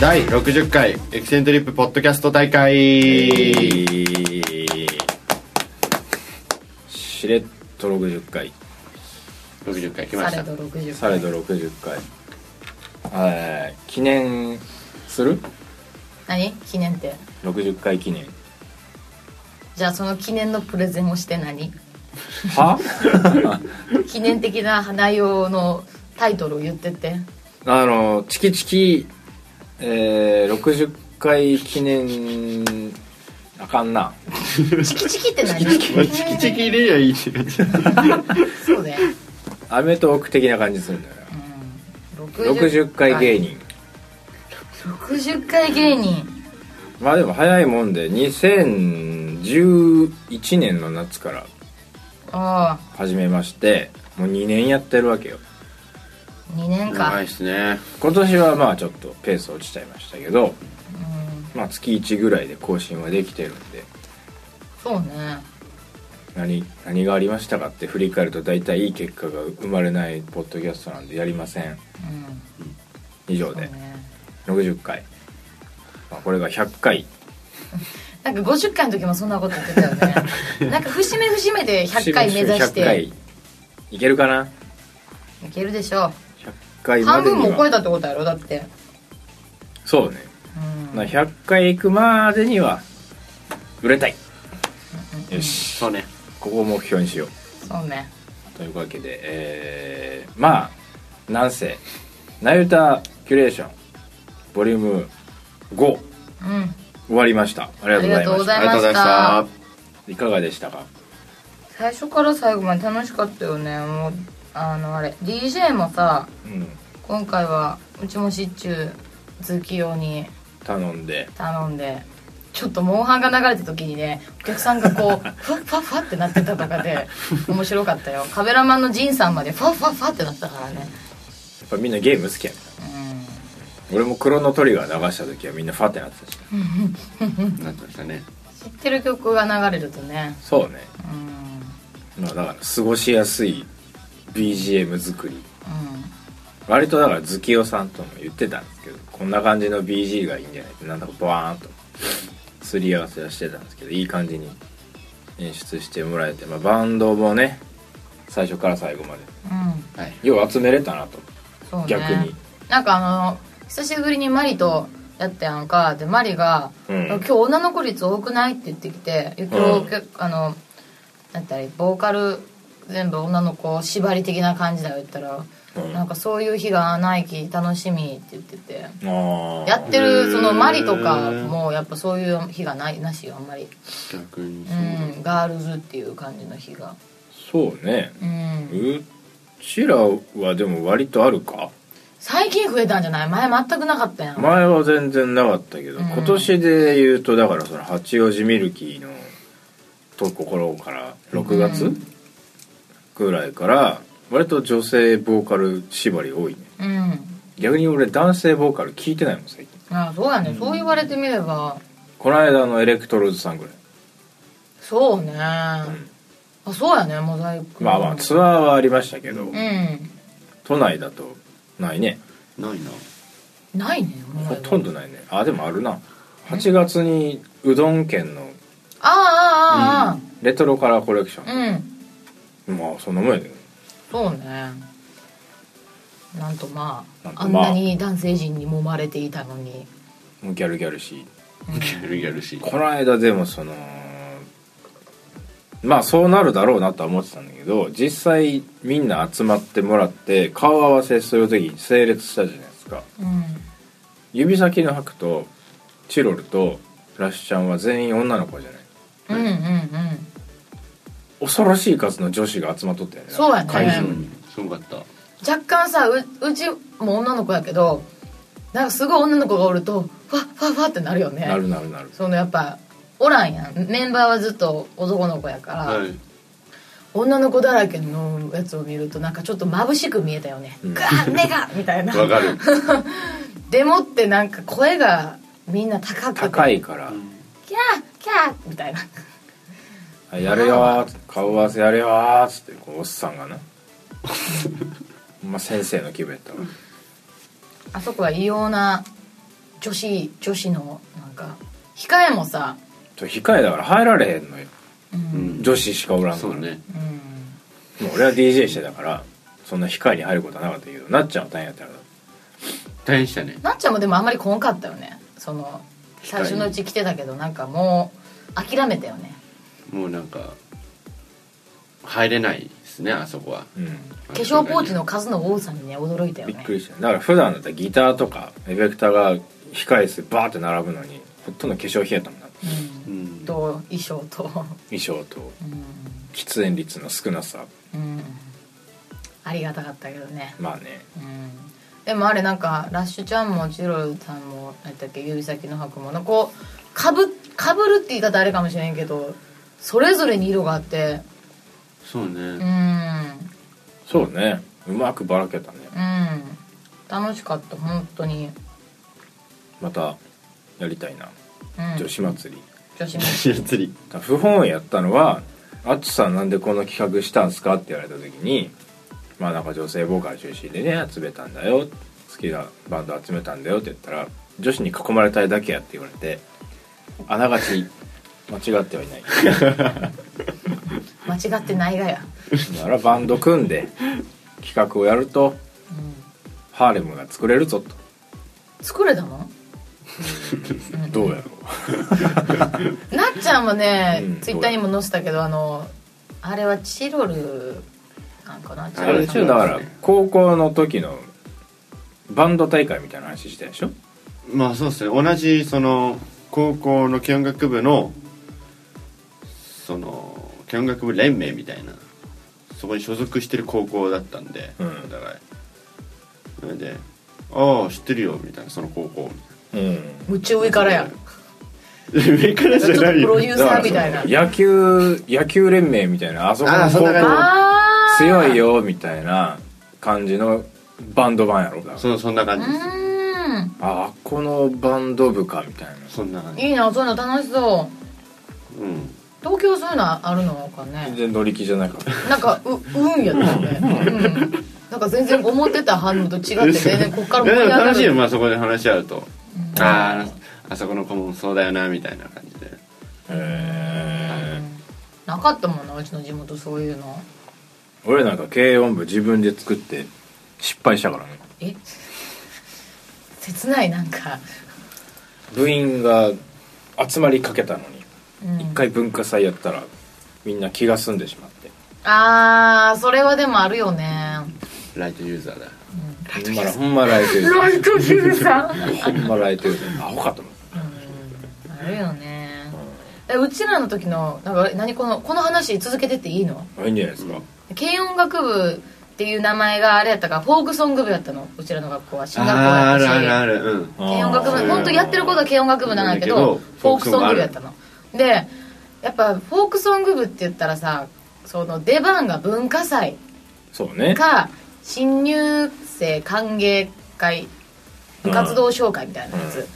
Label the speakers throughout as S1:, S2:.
S1: 第60回エキセントリップポッドキャスト大会、
S2: しれっと60回
S1: 60回来ま
S3: さ
S1: し
S3: れ
S1: た
S3: ど60
S2: されど60回はい記念する
S3: 何記念って
S2: 60回記念
S3: じゃあその記念のプレゼンをして何
S2: は
S3: 記念的な内容のタイトルを言ってって
S2: あのチキチキ、えー、60回記念あかんな
S3: チキチキって何
S1: まあチキチキ入れりゃいいって感じ
S3: そうね、
S2: アメトーク的な感じするんだよな
S3: うん、
S2: 60回芸人
S3: 60回芸人
S2: まあでも早いもんで2011年の夏から
S3: あ
S2: 始めましてもう2年やってるわけよ
S3: あ2年
S1: 長
S3: か
S1: いっすね
S2: 今年はまあちょっとペース落ちちゃいましたけど、まあ月1ぐらいで更新はできてるんで
S3: そうね
S2: 何何がありましたかって振り返ると大体いい結果が生まれないポッドキャストなんでやりません
S3: うん
S2: 以上
S3: そう
S2: で
S3: ね
S2: 60回、まあ、これが100回
S3: なんか50回の時もそんなこと言ってたよねなんか節目節目で100回目指し
S2: 100
S3: て
S2: 回いけるかない
S3: けるでしょ
S2: 100回
S3: う
S2: ま
S3: 半
S2: でに
S3: 分も超え
S2: は
S3: たってことやろだって
S2: そうね
S3: うん
S2: まあ100回行くまでには売れたいよし
S1: そうね
S2: ここを目標にしよう
S3: そうね
S2: というわけで、えーまあなんせ「ナユタキュレーション」ボリューム5
S3: うん
S2: 終わりましたありがとうございました
S3: あ
S1: あ
S3: り
S1: りがとうご
S3: がとうござ
S1: ざ
S3: い
S1: い
S3: ま
S1: ま
S3: し
S1: したた
S2: いかがでしたか
S3: 最初から最後まで楽しかったよねもうあのあれ DJ もさ
S2: うん
S3: 今回はうちもしっちゅう月用に
S2: 頼んで
S3: 頼んでちょっとモンハンが流れた時にねお客さんがこう ふわっふわっふわってなってた中で面白かったよカメラマンのジンさんまでふわっふわっふわってなったからね
S2: やっぱみんなゲーム好きやね俺もクロノトリガー流した時はみんなファってなってたし
S1: なってましたね
S3: うん知ってる曲が流れるとね
S2: そうね
S3: うんうん
S2: まあだから過ごしやすい BGM 作り割とだから月代さんとも言ってたんですけどこんな感じの BG がいいんじゃないってなんだかバーンとすり合わせはしてたんですけどいい感じに演出してもらえて、まあ、バンドもね最初から最後まで
S3: うん
S1: はい
S2: よう集めれたなと
S3: そうね
S2: 逆に
S3: なんかあの久しぶりにマリとやったやんかでマリが、
S2: うん
S3: 今日女の子率多くない?」って言ってきて「今日、
S2: うん
S3: けあのなんてあれボーカル全部女の子縛り的な感じだよ」言ったら、
S2: うん
S3: なんかそういう日がないき楽しみ」って言ってて
S2: あ
S3: やってるそ
S1: へ
S3: の
S1: ー
S3: マリとかもやっぱそういう日がないなしよあんまり
S1: 逆に
S3: う
S1: そう、
S3: んガールズっていう感じの日が
S2: そうね
S3: うん
S2: うちらはでも割とあるか
S3: 最近増えたんじゃない前全くなかったやん、
S2: 前は全然なかったけど、
S3: うん
S2: 今年で言うとだからその八王子ミルキーのところから6
S3: う
S2: 月
S3: ん
S2: ぐらいから割と女性ボーカル縛り多いね
S3: うん
S2: 逆に俺男性ボーカル聞いてないもん最近
S3: あそうやね、そう言われてみれば
S2: この間のエレクトロズさんぐらい、
S3: そう
S2: う
S3: ね、
S2: ん
S3: あそうやねモザイク
S2: まあまあツアーはありましたけど、
S3: うん
S2: 都内だとないね
S1: ないな
S3: ないねモザ
S2: ほ
S3: イク
S2: とんどないねあでもあるな8月にうどん県の
S3: あ
S2: レトロカラーコレクシ
S3: ああああ
S2: ョ
S3: うん、
S2: ン、まあそんなもんやね
S3: そうねなんとまあ
S2: なん
S3: あ
S2: と
S3: ん
S2: まあ
S3: なに男性陣に揉まれていたのに
S2: もうギャルギャルし
S1: ギャルギャルし
S2: この間でもそのまあそうなるだろうなとは思ってたんだけど実際みんな集まってもらって顔合わせする時に整列したじゃないですか
S3: うん
S2: 指先の白とチロルとラッシュちゃんは全員女の子じゃない
S3: うんうんうん
S2: 恐ろしい数の女子が集まっとったよね
S3: そうやね
S2: 会場
S1: う
S2: に
S1: んすごかった
S3: 若干さううちも女の子やけどなんかすごい女の子がおるとファッファッファッってなるよね
S2: なるなるなる
S3: そのやっぱおらんやんメンバーはずっと男の子やから、
S1: はい
S3: 女の子だらけのやつを見るとなんかちょっと眩しく見えたよね、
S2: うん
S3: ガー目 がみたいな
S1: わかる
S3: でもってなんか声がみんな高くて
S2: 高いから
S3: キャーキャーみたいな
S2: 「あやるよーっつって」顔合わせやるよー」っつってこうおっさんが なまあ先生の気分やったわ
S3: あそこは異様な女子女子のなんか控えもさ
S2: ちょ控えだから入られへんのよ
S3: うん、う
S1: うんん
S2: 女子しかおらんか
S1: そ
S2: ら
S1: うね
S2: もう俺は DJ してたからそんな控えに入ることはなかったけどなっちゃんは大変やったら
S1: 大変したね
S3: なっちゃんもでもあんまり来んかったよねその最初のうち来てたけどなんかもう諦めたよね
S1: もうなんか入れないですねあそこは
S2: うん
S1: 化
S3: 化粧ポーチの数の多さにね驚いたよ
S2: び
S3: ね
S2: っくりしただから普段だったらギターとかエフェクターが控え室でバーって並ぶのにほとんど化粧品やったもんな
S1: う
S3: う
S1: んん
S3: と衣装と
S2: 衣装と
S3: う
S2: 喫煙率の少なさ
S3: ん、うん、ありがたかったけどね
S2: まあね
S3: うんでもあれなんかラッシュちゃんもジロルさんも何だっけ指先の白ものこうかぶかぶるって言い方あれかもしれんけどそれぞれに色があって
S1: そうね、
S3: うんうん
S2: そうねうまくばらけたね
S3: 楽しかった本当に、
S2: またやりたいな
S3: うん、
S2: 女子祭り、
S3: 女子も
S1: 祭り
S2: だから不本意やったのは「あつさんなんでこの企画したんすか?」って言われた時にまあなんか女性ボーカル中心でね集めたんだよ好きなバンド集めたんだよって言ったら女子に囲まれたいだけやって言われてあながち間違ってはいない
S3: 間違ってないがや、
S2: だからバンド組んで企画をやると
S3: うん、
S2: ハーレムが作れるぞと
S3: 作れたの
S2: どうやろ
S3: なっちゃんはね、
S2: うん
S3: ツイッターにも載せたけどあのあれはチロルなんかな
S2: う
S3: チ
S1: あ
S2: あ
S3: ロ
S2: れ
S3: ル
S2: で
S3: さ
S2: し
S3: ん
S2: ょだ
S3: の
S2: から高校の時のバンド大会みたいな話したでしょ
S1: まあそうですね同じその高校の見学部のその見学部連盟みたいなそこに所属してる高校だったんで、
S2: うん
S1: だからそれで「ああ知ってるよ」みたいなその高校
S2: うん
S3: むっちゃ上からや
S1: みたいな上からじゃない
S3: ちょっとプロ
S1: よ
S3: デューサーみたいな
S2: だからその野球野球連盟みたいなあそこの
S1: あーそんな感じ
S2: 高
S3: あ
S2: 校
S3: ー
S2: 強いよみたいな感じのバンド版やろだから
S1: そうそんな感
S3: う
S1: じです
S3: ーん
S2: あーこのバンド部かみたいな
S1: そんな感じ
S3: いいなそういうの楽しそう
S1: うん
S3: 東京そういうのあるのか
S2: 全
S3: ね
S2: 然乗り気じゃなかった
S3: なんかう運やったよねうんなんか全然思ってた反応と違って全然こっから
S1: いやでも楽しいよ
S3: る
S1: まあそこで話し合うと、
S3: うん
S1: あああそこの子もそうだよなみたいな感じで
S2: へ
S3: なかったもんなうちの地元そういうの
S2: ー俺なんか軽音部自分で作って失敗したからね
S3: え切ないなんか
S2: 部員が集まりかけたの
S3: うん
S2: に一回文化祭やったらみんな気が済んでしまって
S3: あーそれはでもあるよね
S1: ライトユーザーだ
S2: ほんまらほんまライトユーザ
S3: イトヒルさん
S2: ーほんまライトユーザーアホかと思っ
S3: あるよねえうちらの時のなんか何このこの話続けてっていいの
S2: たあいいんじゃないですか
S3: 軽音楽部っていう名前があれやったからフォークソング部やったのうちらの学校は進学校
S1: あーあ
S3: やった
S1: るあ
S3: し
S1: るあるうん
S3: 軽音楽
S1: あ
S3: 部
S1: ー
S3: 本当やってることは軽音楽部なんだけど
S1: だけど
S3: フォークソング部やったのでやっぱフォークソング部って言ったらさその出番が文化祭
S2: そうね
S3: か新入生歓迎会部活動紹介みたいなやつ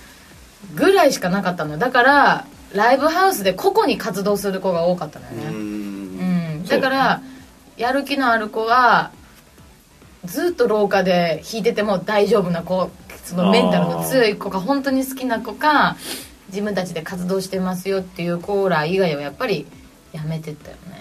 S3: ぐらいしかなかったのだからライブハウスで個々に活動する子が多かったのよ
S1: う
S3: ねうんんだからやる気のある子はずっと廊下で弾いてても大丈夫な子そのメンタルの強い子が本当に好きな子か自分たちで活動してますよっていう子ら以外はやっぱりやめてったよね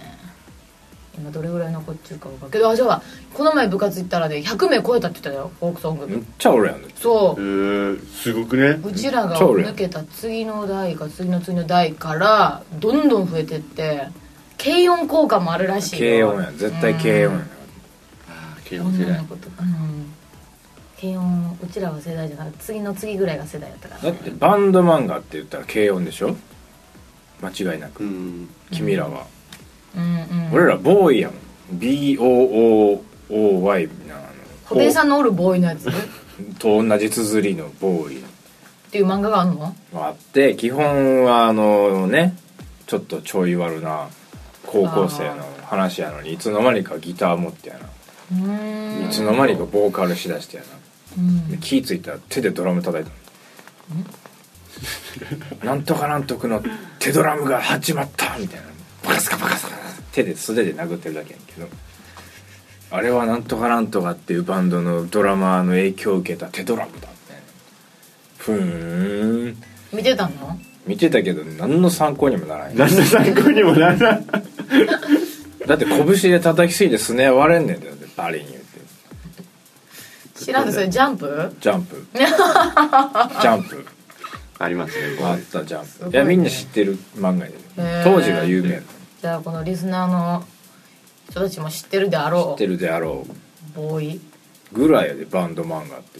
S3: 今どれぐらい残ってるか分かるけどあじゃあこの前部活行ったらね100名超えたって言ったよフォークソング
S2: めっ
S3: 部
S2: ちゃ俺やんね
S3: そう
S1: えー、すごくね
S3: うちらが
S2: めっちゃおるやん
S3: 抜けた次の代か次の次の代からどんどん増えてって軽音効果もあるらしい
S2: 軽
S3: よ
S2: 音や絶対軽音や
S1: ああ慶応
S3: うん
S1: 世
S3: 女
S1: 代
S3: の子とかうん軽音うちらは世代じゃなくて次の次ぐらいが世代だったから
S2: だってバンド漫画って言ったら軽音でしょ間違いなく
S1: うん
S2: 君らは、
S3: うんうん
S2: 俺らボーイやもん BOOOY なあ
S3: 小平さ
S2: ん
S3: んのおるボーイのやつっ
S2: と同じ綴りのボーイ
S3: ていう漫画があるの
S2: があって基本はあのねちょっとちょい悪な高校生の話やのにいつの間にかギター持ってやな
S3: うーん
S2: いつの間にかボーカルしだしてやな
S3: うん
S2: で気付いたら手でドラム叩いたのなんとかなんとかの手ドラムが始まったみたいなバカスカバカスカ手で素手で殴ってるだけやんけどあれはなんとかなんとかっていうバンドのドラマーの影響を受けた手ドラムだみたいなふーん
S3: 見てたの
S2: 見てたけど何の参考にもならない
S1: 何の参考にもならない
S2: だって拳で叩きすぎてすね割れんねんだよだってバリに言って
S3: 知らんのそれジャンプ
S2: ジャンプジャンプ
S1: ありますね
S2: あったジャンプ
S3: ごい
S2: い,、
S3: ね
S2: やみんな知ってる漫画や
S3: へー
S2: で当時が有名だ
S3: じゃあこのリスナーの人たちも知ってるであ
S2: 知
S3: ろ
S2: って
S3: う
S2: るであろ
S3: ボーイ
S2: うぐらいやでバンド漫画って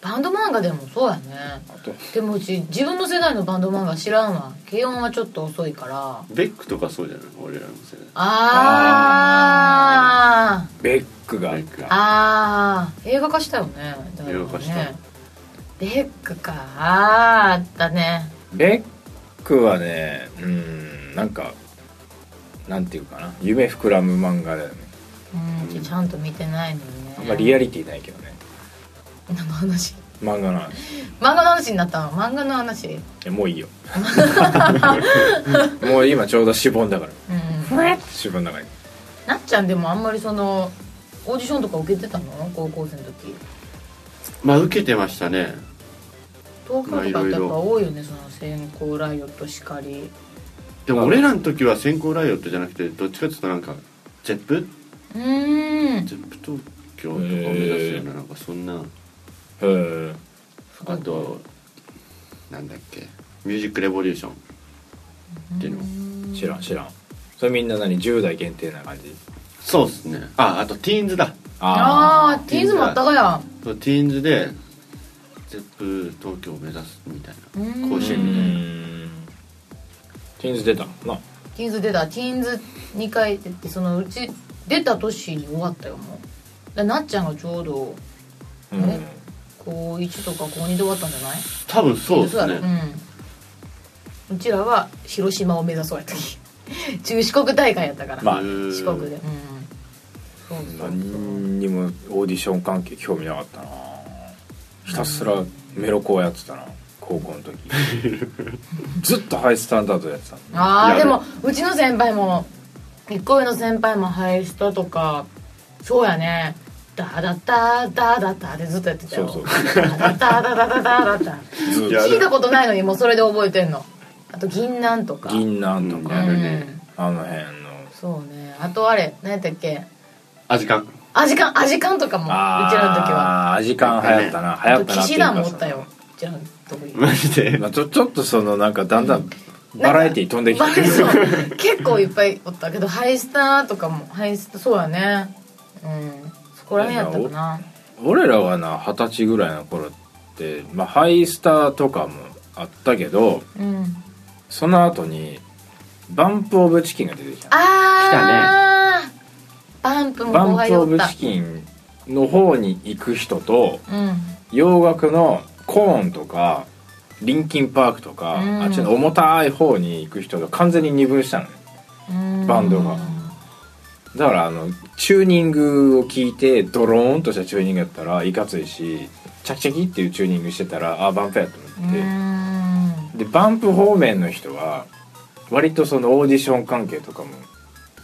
S3: バンド漫画でもそうやね
S2: あと
S3: でもうち自分の世代のバンド漫画知らんわ軽音はちょっと遅いから
S1: ベックとかそうじゃない俺らの世代
S3: あー
S2: ベックがあった
S3: ああー映画化したよねだいぶ
S1: 映
S3: ね
S1: 画化した
S3: ベックかあーあったね
S2: ベックはねうんなんかなんていうかな夢膨らむ漫画だよね
S3: うんうちちゃんと見てないのにね
S2: あんまリアリティないけどね
S3: 何の話
S2: 漫画の話
S3: 漫画の話になったの漫画の話
S2: いやもう いいよもう今ちょうどしぼんだから
S3: うん
S2: しぼんだから
S3: なっちゃんでもあんまりそのオーディションとか受けてたの高校生の時
S1: まあ受けてましたね
S3: 東京とかって
S1: まあいろい
S3: やっぱ
S1: ろ
S3: 多いよねその選考ライオットしかり
S1: でも俺らの時は先行ライオットじゃなくてどっちかっていうとなんかジェップ
S3: うーん
S1: ジェップ東京とかを目指すようななんかそんな
S2: へ
S1: あとなんだっけミュージックレボリューションっていうの
S2: え知らん知らんそれみんな何10代限定な感じ
S1: そうっすねああとティーンズだ
S3: ああー
S1: ー
S3: ティーズもあったかや
S1: そうティーンズでジェップ東京を目指すみたいな
S3: うん
S1: 甲子園みた
S2: う
S1: いな
S2: ーんティーンズ出たのな
S3: ティーンズ出たティーンズ2回出てそのうち出た年に終わったよもうだなっちゃんがちょうど
S2: うん
S3: え高1とか高2で終わったんじゃない
S1: 多分そうです
S3: だろ
S1: ね
S3: うんうちらは広島を目指そうやった時 中四国大会やったから、
S2: まあ
S3: 四国でうんそうそう
S2: 何にもオーディション関係興味なかったなひたすらメロコアやってたな高校 の時ずっとハイスタンダードやってたの
S3: ああ
S1: やる
S3: でもうちの先輩も一個上の先輩もハイストとかそうやねダダダダダダでずっとやってたよ
S2: そう
S3: ダダダダダダダダ
S2: ずっ
S1: やる
S3: 聞いたことないのにもうそれで覚えてんのあと銀杏と
S2: と
S3: か
S2: 銀杏と
S1: うん
S2: か、
S1: やる
S3: う
S1: ね
S3: ん
S2: あの辺の
S3: そうねあとあれ何やったっけ
S1: あ時間
S3: アジカンアジカンとかもうちらの時は
S2: ああーアジカン流行ったな流
S3: あ
S2: 行
S3: と
S2: ったな
S3: 騎
S2: ってい
S3: 士
S2: うか
S3: 団もおったようちらのとこに
S1: マジ
S2: そ
S1: で
S2: のまあちょちょっとそのなんかだんだんバラエティー飛んでき
S3: バ
S2: て
S3: レ
S2: る
S3: そう結構いっぱいおったけどハイスターとかもハイスターそうやねうんそこら辺やったかな
S2: 俺らがな二十歳ぐらいの頃って、まあ、ハイスターとかもあったけど
S3: うん
S2: その後にバンプ・オブ・チキンが出てきた
S3: ああ、バンプも
S2: バ
S3: 後
S2: ン
S3: 輩
S2: プ・オ
S3: おっ
S2: ブ・
S3: た
S2: チキンの方に行く人と
S3: うん
S2: 洋楽のコーンとかリンキンパークとか、
S3: うん
S2: あっちの重たい方に行く人が完全に二分したのね
S3: うん
S2: バンドがだからあのチューニングを聞いてドローンとしたチューニングやったらいかついしチャキチャキっていうチューニングしてたらあバンプやと
S3: う
S2: 思って、
S3: ん
S2: でバンプ方面の人は割とそのオーディション関係とかも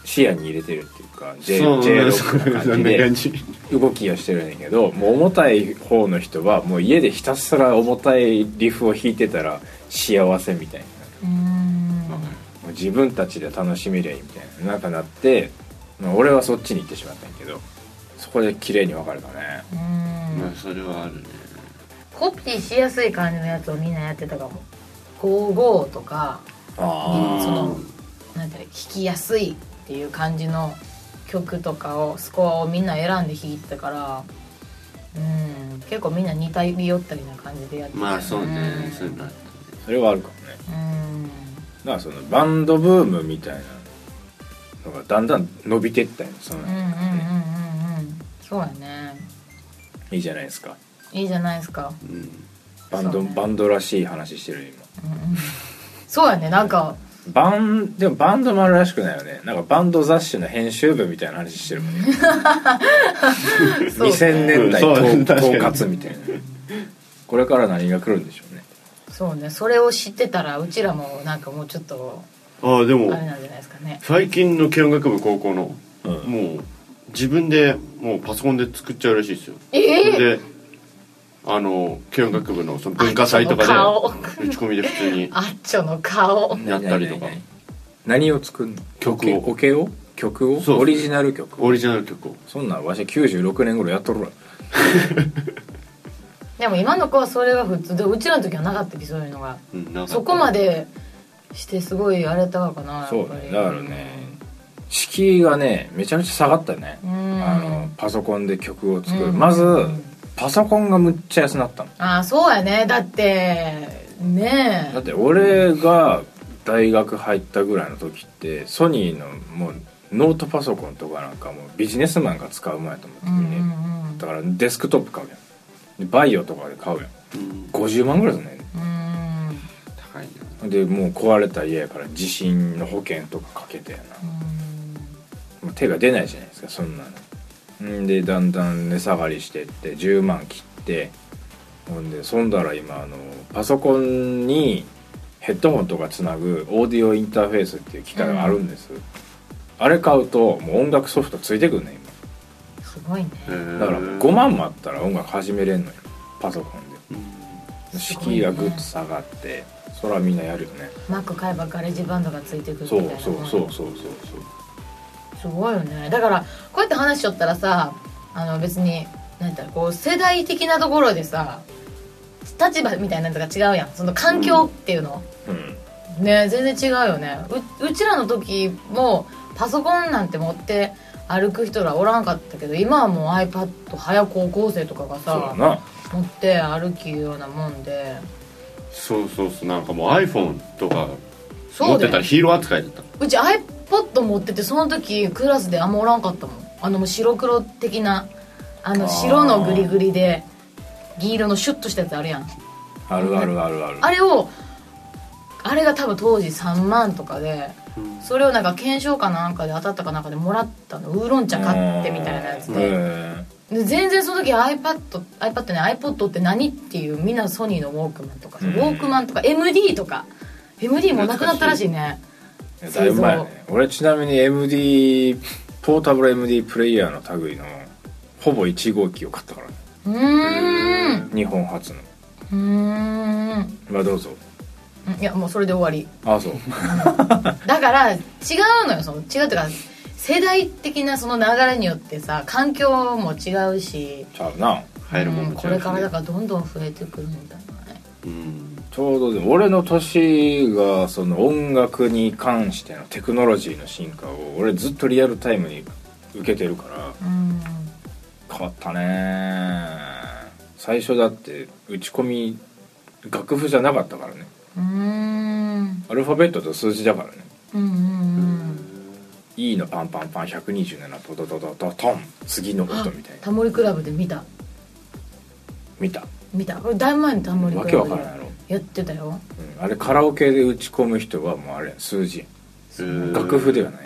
S2: 視野に入れてるっていうか J,
S1: そう
S2: J ロ
S1: そ
S2: ックな
S1: うそ
S2: 感
S1: ん
S2: じ
S1: な
S2: で
S1: 感じ
S2: 動きをしてるんやけどもう重たい方の人はもう家でひたすら重たいリフを弾いてたら幸せみたいな
S3: うん
S2: もう自分たちで楽しめりゃいいみたいななんかなって、まあ、俺はそっちに行ってしまったんやけどそこで綺麗に分かれたね
S3: うん
S1: まあそれはあるね
S3: コピーしやすい感じのやつをみんなやってたかも55とか
S2: あ
S3: そのなんていうの弾きやすいっていう感じの曲とかをスコアをみんな選んで弾いてたからうん結構みんな似たり寄ったりな感じでやってたよ
S1: まあそうねそういうのあったね
S2: それはあるかもね
S3: うん
S2: だからそのバンドブームみたいなのがだんだん伸びてったよその、
S3: うんうんうんうんうんそうやね
S2: いいじゃないですか
S3: いいじゃないですか、
S1: うん
S2: バンド、
S3: そうね
S2: バンドらしい話してる今
S3: うんうん、そうやねなんか
S2: バンでもバンドもあるらしくないよねなんかバンド雑誌の編集部みたいな話してるもんね
S3: そう
S2: 2000年代
S1: そう
S2: 統
S1: 確かに
S2: 統括みたいなこれから何が来るんでしょうね
S3: そうねそれを知ってたらうちらもなんかもうちょっと
S1: ああで
S3: あれ
S1: も
S3: なんじゃないですかね
S1: 最近の軽音楽部高校の、
S2: うん
S1: もう自分でもうパソコンで作っちゃうらしいですよ、
S3: ええ
S1: それであの軽音楽部のその文化祭とかで
S3: あっちょ
S1: 打
S3: の
S1: ち込みで普通に
S3: あっちょの顔
S1: やったりとか
S2: 何何何何を作るの
S1: 曲を
S2: オケオケを曲を
S1: そう
S2: オリジナル曲を
S1: オリジナル曲を
S2: そんなんわし96年頃やっとるわ
S3: でも今の子はそれが普通でうちらの時はなかったっけそういうのが
S1: うんなんか
S3: そこまでしてすごいあれたのかなやっぱり
S2: そうねだからね敷居がねめちゃめちゃ下がったね
S3: うん
S2: あのパソコンで曲を作る
S3: うん
S2: まずパソコンがむっちゃ安なったの
S3: ああそうやねだってね
S2: だっ
S3: え
S2: て俺が大学入ったぐらいの時ってソニーのもうノートパソコンとかなんかもうビジネスマンが使うもんやと思って
S3: う
S2: る
S3: ん
S2: ね、
S3: うんうん
S2: だからデスクトップ買うやんでバイオとかで買うやん
S1: うん
S2: 50万ぐらいすんねんね
S3: うんうん
S1: 高いな
S2: でもう壊れた家やから地震の保険とかかけてやなもう手が出ないじゃないですかそんなのんでだんだん値下がりしてって10万切ってほんでそんだら今あのパソコンにヘッドホンとかつなぐオーディオインターフェースっていう機械があるんです、あれ買うともう音楽ソフトついてくるね
S3: すごいね
S1: へー
S2: 今だから5万もあったら音楽始めれんのよパソコン
S1: うん
S2: で敷居がぐっと下がってそれはみんなやるよね
S3: マック買えばガレージバンドがついてくるみた
S2: そ
S3: いうなね
S2: そうそうそうそうそう
S3: すごいよねだからこうやって話しちゃったらさあの別に何だろうこう世代的なところでさ立場みたいなのが違うやんその環境っていうの、
S2: うん
S3: ね全然違うよねううちらの時もパソコンなんて持って歩く人らおらんかったけど今はもう iPad 早高校生とかが
S2: そうや
S3: さ
S2: な
S3: 持って歩きようなもんで
S1: そうそうそうなんかもう iPhone とか
S3: そ
S1: 持
S3: う
S1: って
S3: だ
S1: た
S3: よ
S1: らヒーロー扱いだった
S3: うち iPod 持っててその時クラスであんまおらんかったもんあのもう白黒的なあの
S2: あー
S3: 白のグリグリで銀色のシュッとしたやつあるやん
S2: あるあるあるある
S3: あれをあれが多分当時3万とかでそれをなんか検証かなんかで当たったかなんかでもらったのウーロン茶買ってみたいなやつで
S2: うん
S3: で全然その時 iPad, iPad ね iPod って何っていうみんなソニーのウォークマンとかさウ
S2: うん
S3: ォークマンとか MD とか MD もうなくなったらしいね
S2: いやだいぶ前や
S3: 製
S2: ね俺ちなみに MD ポータブル MD プレイヤーの類のほぼ1号機を買ったからね
S3: うーん
S2: 日本初の
S3: うーん
S2: まあどうぞ
S3: いやもうそれで終わり
S2: ああそう
S3: だから違うのよその違うっていうか世代的なその流れによってさ環境も違うし
S2: ちゃうな
S1: 入るもん
S3: うん
S1: も
S3: こ
S1: 違うしね
S3: れからだからどんどん増えてくるんだよね
S1: うん
S2: ちょうどで俺の年がその音楽に関してのテクノロジーの進化を俺ずっとリアルタイムに受けてるから
S3: うん
S2: 変わったね最初だって打ち込み楽譜じゃなかったからね
S3: うーん
S2: アルファベットと数字だからね
S3: うんうんうん、
S2: E のパンパンパン127トトトトトトン次の音みたいな
S3: タモリクラブで見た
S2: 見た
S3: 見たこれだいぶ前にタモリ
S2: わ
S3: ク
S2: け
S3: ラ
S2: わ
S3: ブ
S2: か
S3: で
S2: らないやろ、
S3: やってたよ
S2: うん、あれカラオケで打ち込む人はもうあれ数字楽譜ではない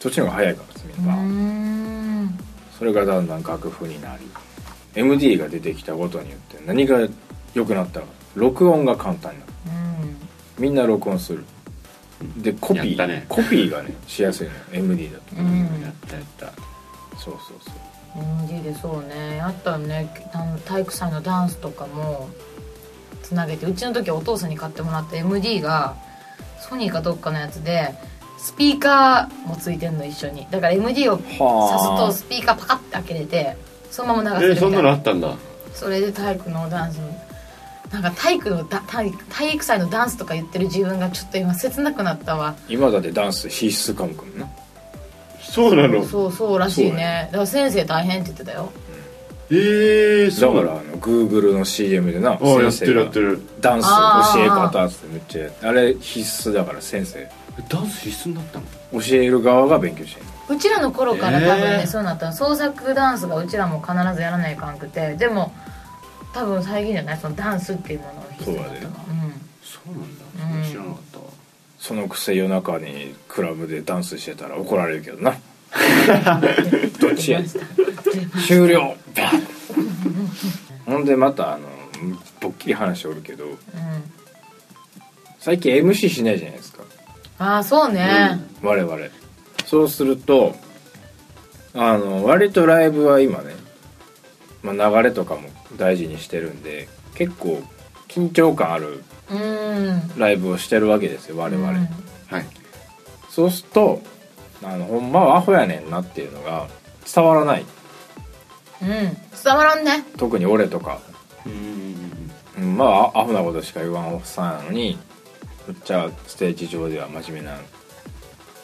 S2: そっちの方が早いから
S3: う
S2: み
S3: ー
S2: んな、
S3: ん
S2: それがだんだん楽譜になり MD が出てきたことによって何が良くなったか録音が簡単になる
S3: うん
S2: みんな録音するでコピ
S1: やった
S2: ー、
S1: ね
S2: コピーがねしやすいのよ MD だ
S3: う
S1: うん
S3: ん
S1: やったやった
S2: とそうそうそう
S3: うんいいでそうねあったよねあの体育祭のダンスとかもつなげてうちの時はお父さんに買ってもらった MD がソニーかどっかのやつでスピーカーもついてんの一緒にだから MD を刺す
S2: はあ
S3: とスピーカーパカッて開けれてそのまま流せ
S1: え
S3: る
S1: そ
S3: み
S1: んない
S3: た
S1: の
S3: な
S1: あったんだ
S3: それで体育のダンスのなんか体育のだ体育体育祭のダンスとか言ってる自分がちょっと今切なくなったわ
S2: 今だってダンス必須科目もんな
S1: そうなの
S3: そうそうらしい
S2: そう
S3: ねだから先生大変って言ってたよ
S1: ええ
S2: だ
S1: そう
S2: か
S1: な
S2: ら
S1: の
S2: あの Google の CM でな
S1: あや
S2: 先
S1: ってるや
S2: 生
S1: って
S2: が
S1: る
S2: ダンス
S3: あー
S2: 教え方っつってめっちゃやってあれ必須だから先生
S1: ダンス必須になったの
S2: 教える側が勉強してる
S3: うちらの頃から多分ね、
S1: えー
S3: そうなったの創作ダンスがうちらも必ずやらないかんくてでも多分最近じゃないそのダンスっていうものを必須だったの
S2: そう
S1: そうなんだ
S3: うん
S1: それ知らなかったわ
S2: そのくせ夜中にクラブでダンスしてたら怒られるけどなどっちや終了バンほんでまたあのぼっきり話おるけど
S3: うん、うん
S2: 最近 MC しないじゃないですか
S3: ああそうね
S2: 我々そうするとあの割とライブは今ねまあ、流れとかも大事にしてるんで結構緊張感ある
S3: うん
S2: ライブをしてるわけですよ我々、
S3: うん
S1: はい
S2: そうするとあのほんまはアホやねんなっていうのが伝わらない
S3: うん伝わらんね
S2: 特に俺とか、
S1: うん
S2: うんまあアホなことしか言わんおっさんなのにむっちゃステージ上では真面目な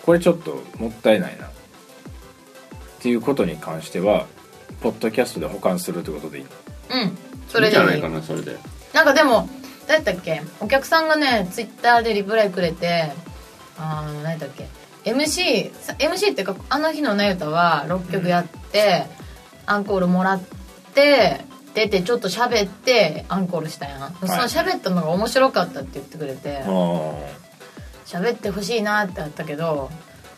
S2: これちょっともったいないなっていうことに関してはポッドキャストで保管するってことでいい
S3: うんそ
S1: それ
S3: れ
S1: じ
S3: で
S1: ゃないい
S3: い
S1: かなそれで
S3: なんかでも何やったっけお客さんがねツイッターでリプライくれてあの何やったっけ MC, さ MC っていうかあの日の「なゆた」は6曲やって、アンコールもらって出てちょっと喋ってアンコールしたやん、その喋ったのが面白かったって言ってくれて喋ってほしいなってあったけど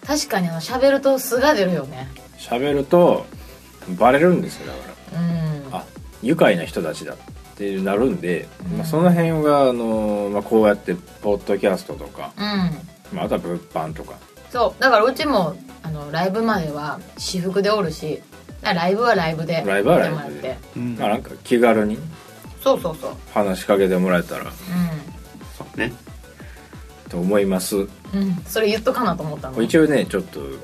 S3: 確かにあの喋ると素が出るよね
S2: 喋るとバレるんですよだから
S3: うん
S2: あ愉快な人たちだってなるんで、まあ、その辺が、あのまあ、こうやってポッドキャストとか、
S3: うん
S2: まあ、あとは物販とか
S3: そうだからうちもあのライブまでは私服でおるしライブはライブで
S2: ライブはライブで
S3: 見てもらって
S1: うん
S2: まあなんか気軽に
S3: そうそうそう
S2: 話しかけてもらえたら
S1: そうね
S2: と思います
S3: うん、うん、それ言っとかなと思ったの
S2: 一応ねちょっとだか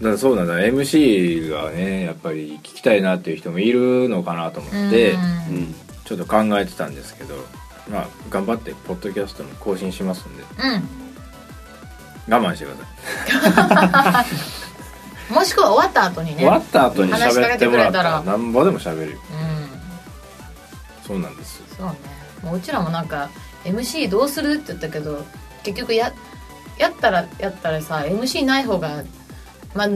S2: らそうなんだ MC がねやっぱり聞きたいなっていう人もいるのかなと思
S3: うん
S2: って、
S1: うん
S3: う
S2: ちょっと考えてたんですけどまあ頑張ってポッドキャストも更新しますんで
S3: ん
S2: 我慢してください
S3: もしくは終わった後にね
S2: 終わった後に
S3: 話しか
S2: 喋っ
S3: け
S2: て
S3: て
S2: も
S3: く
S2: ら
S3: れ
S2: ったた
S3: ら
S2: らなんぼでも喋るよ
S3: うん
S2: そうなんです
S3: そうねもううちらもなんか MC どうするって言ったけど結局ややったらやったらさ MC ない方がまあ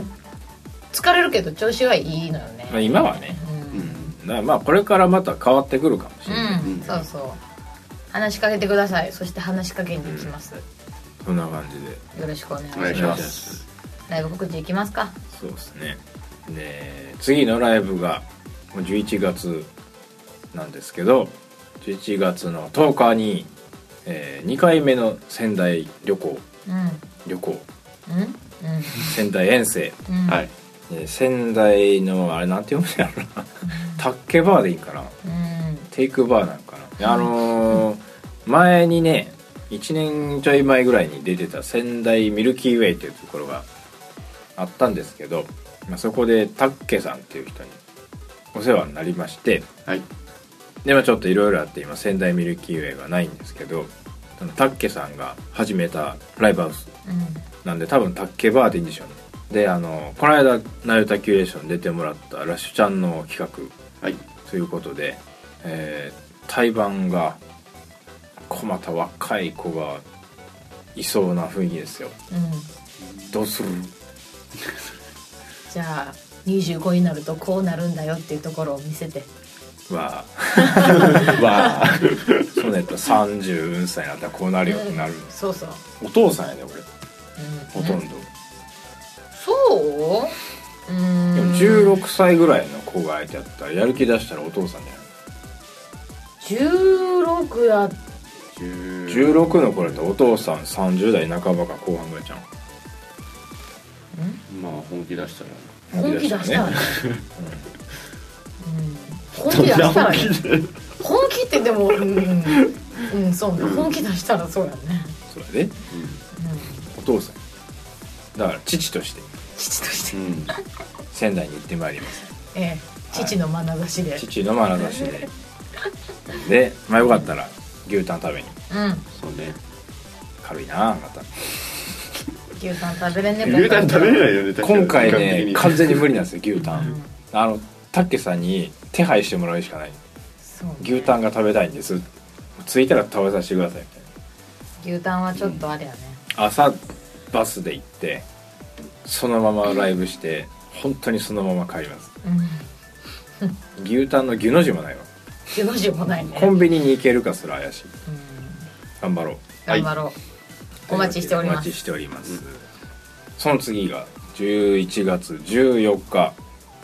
S3: 疲れるけど調子はいいのよね、
S2: まあ、今はね
S3: うん
S1: うん
S2: だからまあこれからまた変わってくるかもしれない、
S3: うん、
S1: うん
S3: そうそう話しかけてくださいそして話しかけに行きます、
S2: そんな感じで
S3: よろしくお願いし
S1: お
S3: ま
S1: 願い
S3: す
S1: します
S3: ライブ告知いきますか
S2: そうですねで次のライブがもう11月なんですけど11月の10日に、え2回目の仙台旅行
S3: うんうん
S2: 旅行
S3: うん
S2: 仙台遠征、
S3: うん
S1: はい
S2: えー仙台のあれなんて読むんやろな タッケバーでいいんかな
S3: うん
S2: テイクバーなんかなあのー前にね1年ちょい前ぐらいに出てた仙台ミルキーウェイというところがあったんですけど、まあ、そこでタッケさんっていう人にお世話になりまして
S1: はい
S2: でまあちょっといろいろあって今仙台ミルキーウェイがないんですけどそのタッケさんが始めたライブハウスなんで多分タッケバーでいいんでしょうねであのこの間「ナユタキュレーション」出てもらったラッシュちゃんの企画
S1: はい
S2: ということで、えー、対バンがこまた若い子がいそうな雰囲気ですよ
S3: うん
S2: どうする
S3: じゃあ25になるとこうなるんだよっていうところを見せて
S2: わあわあそうねと30歳になったらこうなるよってなる、
S3: そうそう、
S2: お父さんやね俺
S3: う
S2: ほ
S3: ん、
S2: とんど、
S3: そううん
S2: でも16歳ぐらいの子が相手やったらやる気出したらお父さんじゃない
S3: 16や
S1: 16
S2: 16の子だったらお父さん30代半ばか後半ぐらいじゃん
S1: まあ本気出したら
S3: 本気出したらね、うん、本
S1: そ
S3: 気
S1: ん
S3: 出
S1: な
S3: したら
S1: 本
S3: ね
S1: 気で
S3: 本気ってで もうん、うん、そうね本気出したらそうやね、
S2: それで
S3: うん、
S2: お父さんだから父として
S3: 父として、
S1: うん
S2: 仙台に行ってまいります
S3: ええ父の眼差しで、
S2: 父の眼差しででまあよかったら牛タン食べに
S3: う
S1: そうね
S2: 軽いなまた
S3: ん牛タン食べれんね
S1: 牛タン食べれ
S3: い
S1: ないよね確かに
S2: 今回ね
S1: 時間
S2: 完
S1: 的
S2: 全に無理なんで すよ牛タ
S3: う
S2: ン
S3: ん
S2: あのタッケさんに手配してもらうしかない
S3: そうね、
S2: 牛タンが食べたいんです着いたら食べさせてくださいみたい
S3: 牛タンはちょっとあれやね、
S2: な朝バスで行ってそのままライブして本当にそのまま帰ります
S3: うん、
S2: 牛タンの牛の字もないわ
S3: 牛の字もないね、う
S2: コ
S3: ん、
S2: ンビニに行けるかすら怪しい頑張ろう
S3: 頑張ろう、お待ちしておりま
S2: お
S3: す
S2: 待ちしております、その次が11月14日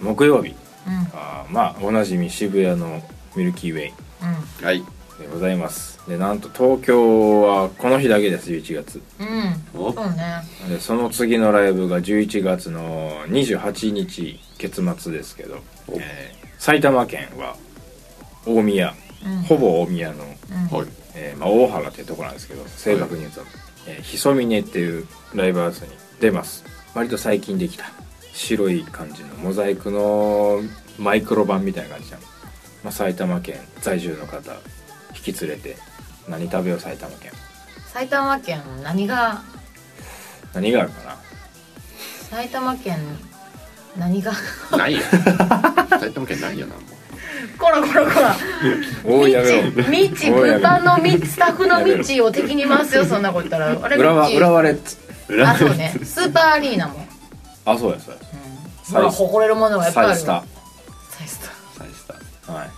S2: 木曜日
S3: うん
S2: あーまあおなじみ渋谷のミルキーウェイ
S1: にはい
S2: でございますでなんと東京はこの日だけです11月
S3: うんう
S1: お
S3: んそうね
S2: でその次のライブが11月の28日月末ですけど、
S1: お
S2: えー埼玉県は大宮、
S3: うん
S2: ほぼ大宮の、
S3: うん
S1: はい
S2: えーまあ、大原っていうところなんですけど正確に言うと、えーひそみねっていうライブハウスに出ます割と最近できた白い感じのモザイクのマイクロ版みたいな感じじゃん、まあ、埼玉県在住の方引き連れて何食べよう埼玉県
S3: 埼玉県何が
S2: 何があるかな
S3: 埼玉県何が
S1: ないよ埼玉県ないよなも
S3: こらこらこら
S2: おいやめろ
S3: みち
S2: おいやめろ
S3: 豚のみスタッフのみちを敵に回すよそんなこと言ったらあれ
S2: 浦和
S3: みち
S2: 浦和レッズ
S1: う裏
S3: あそうねスーパーアリーナも、うん、
S2: あそうやそう
S3: ほら誇れるものがや
S2: や
S3: っぱり
S2: サ
S3: ある
S2: イスタ
S3: サイスタ
S1: 再スター
S2: はい、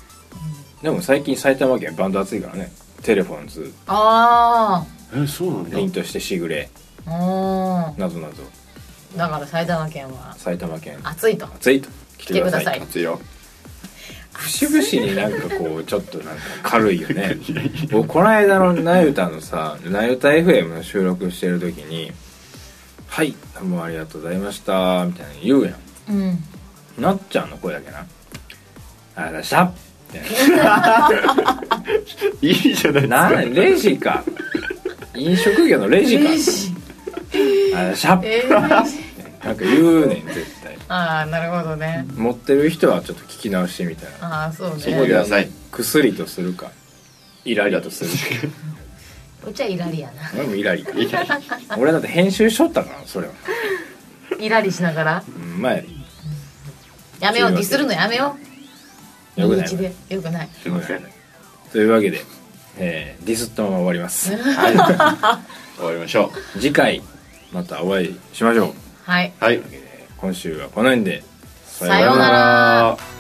S2: でも最近埼玉県バンド熱いからねテレフォンズ
S3: あ
S1: えそうなんだ
S2: 凛としてしぐれ
S3: あお
S2: などなど
S3: ーだから埼玉県は
S2: 埼玉県
S3: 暑いと
S2: 熱いと来
S3: てください
S1: 熱いよ
S2: 節々になんかこうちょっとなんか軽 いよね僕この間のなゆたのさ「なゆた FM」の収録してる時に「はいどうもありがとうございました」みたいなの言うや
S3: うん
S2: んなっちゃんの声だけな「あらしゃ」みたいない
S1: いじゃないです
S2: な
S1: か
S2: んレジか飲食業のレジか
S3: 嬉しい
S2: あシャッ
S3: えー
S2: なんか言うねん絶対
S3: ああなるほどね
S2: 持ってる人はちょっと聞き直してみたいな
S3: ああそう
S1: そこ
S2: で
S1: く
S3: ね
S1: ださい
S2: 薬とするかイラリとする
S3: うちはイラリやな
S2: か俺もイラリか 俺だって編集しとったからそれは
S3: イラリしながら
S2: うん前
S3: やめようディスるのやめよう
S2: よくな
S3: 身内
S2: い
S3: でよくない
S1: すいません
S2: というわけで、えーディスったまま終わり ます
S1: 終わりましょ
S2: 次回またお会いしましょう
S3: はいう
S1: はい
S2: 今週はこの辺でさ
S3: さよ
S1: さよう
S3: うなら
S1: なら